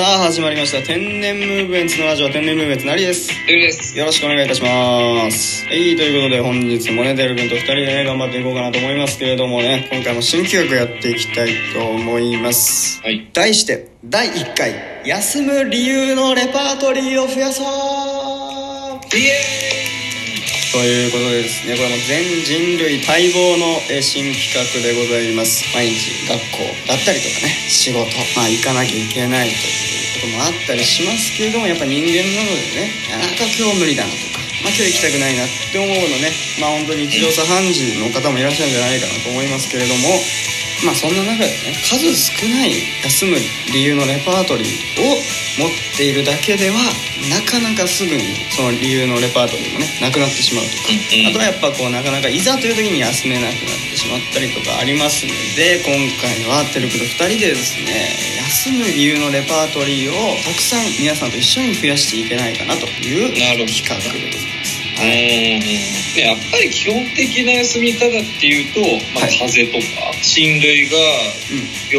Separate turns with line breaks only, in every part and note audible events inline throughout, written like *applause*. あ始まりました天然ムーブメンツのラジオ天然ムーブメンツなりです
ゆりです。
よろしくお願いいたしますはいということで本日もねデル君と2人でね頑張っていこうかなと思いますけれどもね今回も新企画やっていきたいと思います
はい。
題して第1回休む理由のレパートリーを増やそう
イエ
ということでですねこれも全人類待望のえー新企画でございます毎日学校だったりとかね仕事、まあ、行かなきゃいけないということもあったりしますけれどもやっぱ人間なのでねなんか今日無理だなとか、まあ、今日行きたくないなって思うのねまあ本当に日常茶飯事の方もいらっしゃるんじゃないかなと思いますけれどもまあそんな中でね数少ない休む理由のレパートリーを持っているだけではなかなかすぐにその理由のレパートリーもねなくなってしまうとか
ー
あとはやっぱこうなかなかいざという時に休めなくなってしまったりとかありますので今回はてるくと2人でですね休む理由のレパートリーをたくさん皆さんと一緒に増やしていけないかなという
なるほど
企画でございます
うーん。ね、やっぱり基本的な休み方っていうと、
は
まあ、
い
風邪とか、親類が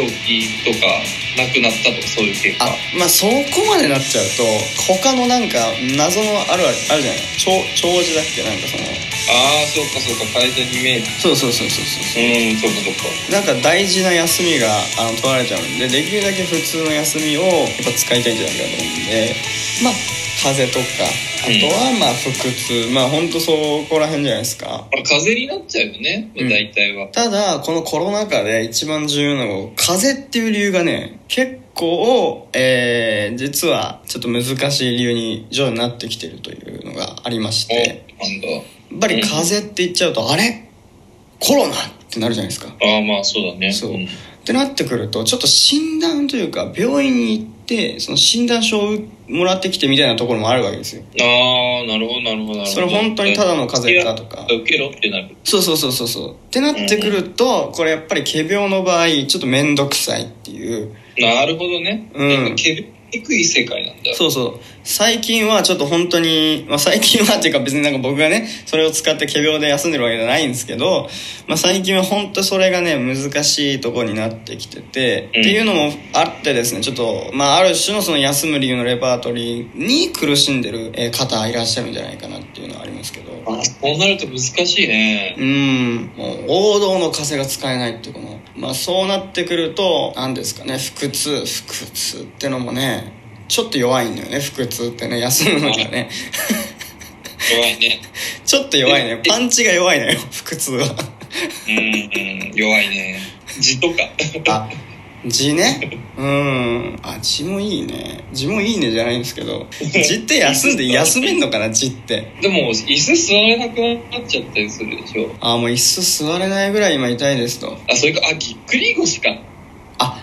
うん
病気とか、亡くなったとか、そういう結果。
あまあそこまでなっちゃうと他のなんか謎のあるあるあるじゃない長長寿だっけなんかその
ああ、そうかそうか、会社に見えた。
そうそうそうそうそう
うーん、そうかそうか。
なんか大事な休みがあの取られちゃうんでできるだけ普通の休みをやっぱ使いたいんじゃないかと思うんでまあ風邪とかあとはまあ腹痛、まあほんとそこら辺じゃないですか
まあ、風邪になっちゃうよね、ま
う
あ、
ん
大体は。
ただこのコロナ禍で一番重要なのが風邪っていう理由がね結構、えー、実はちょっと難しい理由に徐々になってきてるというのがありまし
お、
て
なんだ。
やっぱり風邪って言っちゃうとあれコロナってなるじゃないですか
ああ、まあ、そうだね。
そうんってなってくるとちょっと診断というか病院に行ってその診断書をもらってきてみたいなところもあるわけですよ
ああ、なるほど、なるほど、なるほど。
それ本当にただの風邪だとか
受けろってなる。
そうそうそうそうそうってなってくるとこれやっぱり仮病の場合ちょっと面倒くさいっていう
なるほどね。
うん
なんか、けびにくい世界なんだ。
そうそう最近はちょっと本当に、まあ、最近はっていうか別になんか僕がねそれを使って仮病で休んでるわけじゃないんですけど、まあ、最近は本当それがね難しいとこになってきてて、
うん
っていうのもあってですねちょっと、まあ、ある種のその休む理由のレパートリーに苦しんでるえー方いらっしゃるんじゃないかなっていうのはありますけど
あそうなると難しいね
う。んもう王道の風が使えないっていうかもう、まあ、そうなってくると何ですかね腹痛腹痛ってのもねちょっと弱いんだよね腹痛ってね休むのがね *laughs*
弱いね。
ちょっと弱いねパンチが弱いのよ腹痛は
うん、弱いね。字とか。
あ字ねうんあ字もいいね字もいいねじゃないんですけど字って休んで休めんのかな字って
*laughs* でも、椅子座れなくなっちゃったりするでしょ。
あもう椅子座れないぐらい今痛いですと
あ、それか、あ、ぎっくり腰か。
あ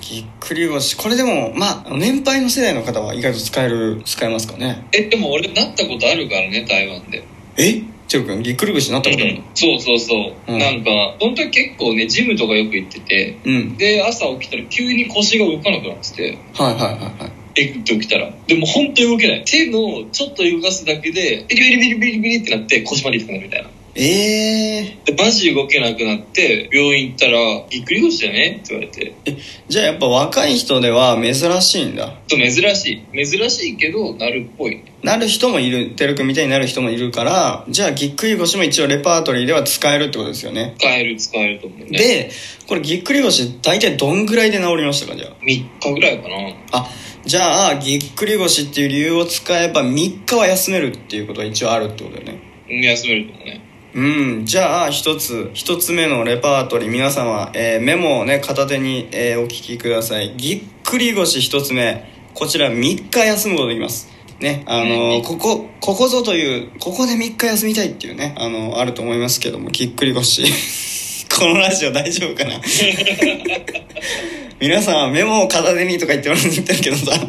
ぎっくり腰これでもまあ年配の世代の方は意外と使える使えますかね
え、でも俺、なったことあるからね、台湾で。
えチェル君ぎっくり腰になったことある
そうそうそう。
うん
なんか、本当に結構ね、ジムとかよく行ってて、
うん
で、朝起きたら急に腰が動かなくなってて、
はいはいはいはい
えぐって起きたら。でも本当に動けない。手のちょっと動かすだけで、ビリビリビリビリビリってなって腰まで痛くなるみたいな。
え
でマジ動けなくなって病院行ったら「ぎっくり腰だよね」って言われて
ー、じゃあやっぱ若い人では珍しいんだ
ちょっと珍しい珍しいけどなるっぽい
なる人もいるてる君みたいになる人もいるからじゃあぎっくり腰も一応レパートリーでは使えるってことですよね
使える使えると思うね
でこれぎっくり腰大体どんぐらいで治りましたかじゃあ
3日ぐらいかな
あじゃあぎっくり腰っていう理由を使えば3日は休めるっていうことは一応あるってことだよね
うん休めると思うね
うん、じゃあ一つ一つ目のレパートリー皆様、えーメモをね片手に、えーお聞きくださいぎっくり腰一つ目こちら3日休むことできますねあのー
うん
ここここぞというここで3日休みたいっていうねあのーあると思いますけどもぎっくり腰 *laughs* このラジオ大丈夫かな *laughs* 皆さんメモを片手にとか言ってもらってるけどさ *laughs*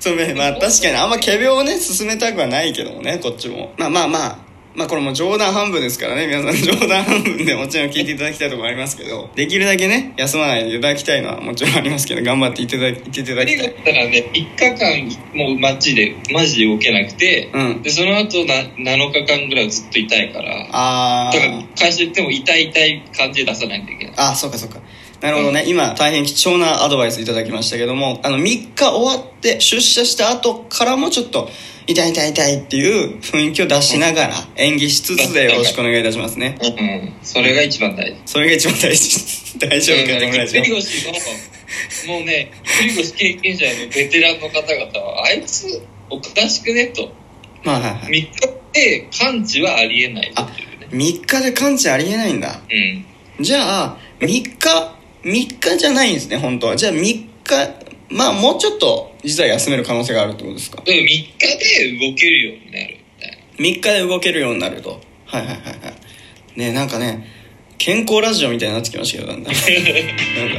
そうね、まあ確かにあんま仮病をね、進めたくはないけどもね、こっちも。まあまあまあ、まあこれも冗談半分ですからね、皆さん *laughs* 冗談半分でもちろん聞いていただきたいところありますけど、できるだけね、休まないでいただきたいのはもちろんありますけど、頑張っていただき、いていただ
だ
きた
だ
い。
からね3日間もうマジでマジで動けなくて
うん。
でその後な7日間ぐらいはずっと痛いからだ
あ
から
ー。
会社行っても痛い痛い感じで出さないといけない
あ、そうかそうか。なるほどね。今、大変貴重なアドバイスいただきましたけども、あの、3日終わって、出社した後からもちょっと、痛い痛い痛いっていう雰囲気を出しながら、演技しつつでよろしくお願いいたしますね。
うん。それが一番大事。
それが一番大事。大丈夫か、友
うん
達
ぎっくり
は。
腰の、もうね、ぎっくり腰経験者のベテランの方々は、あいつ、おかしくねと。
まあ、はいは
3
い。
日で完治はありえないっていうね。
3日で完治ありえないんだ。
うん。
じゃあ、3日、3日じゃないんですね、本当は。じゃあ3日、まあもうちょっと、実は休める可能性があるってことですか。
でも3日で動けるようになるみた
3
い
日で動けるようになると。はいはいはいはい。ねなんかね、健康ラジオみたいになってきましたけど、だんだん。 *laughs* なんか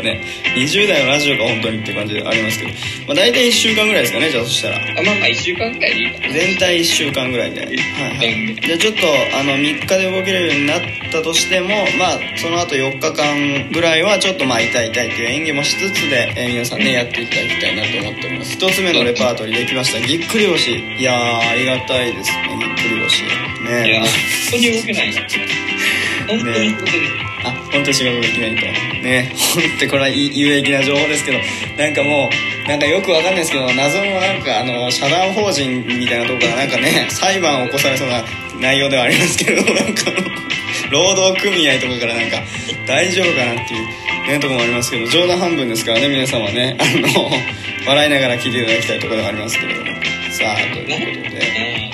ね、20代のラジオが本当にって感じでありますけど。まあ大体1週間ぐらいですかね、じゃあそしたら。
な。あまあまあ1週間ぐらいでいいかな。
全体1週間ぐらいで。はいはい。じゃあちょっと、あの、3日で動けるようになったとしても、まあ、その後4日間ぐらいは、ちょっとまあ、痛い痛いっていう演技もしつつで、えー皆さんね、やっていただきたいなと思っております。一つ目のレパートリーできました。ぎっくり腰。いやー、ありがたいですね、ぎっくり腰。ね
いや、本当に動けないな。本当に動けない。
あ本当に仕事できないとね本当にこれはいい有益な情報ですけどなんかもうなんかよくわかんないですけど謎のなんかあの社団法人みたいなとこからなんかね裁判を起こされそうな内容ではありますけどなんか労働組合とかからなんか大丈夫かなっていうねとこもありますけど冗談半分ですからね皆さんはねあの笑いながら聞いていただきたいところではありますけれどもさあということで。
ね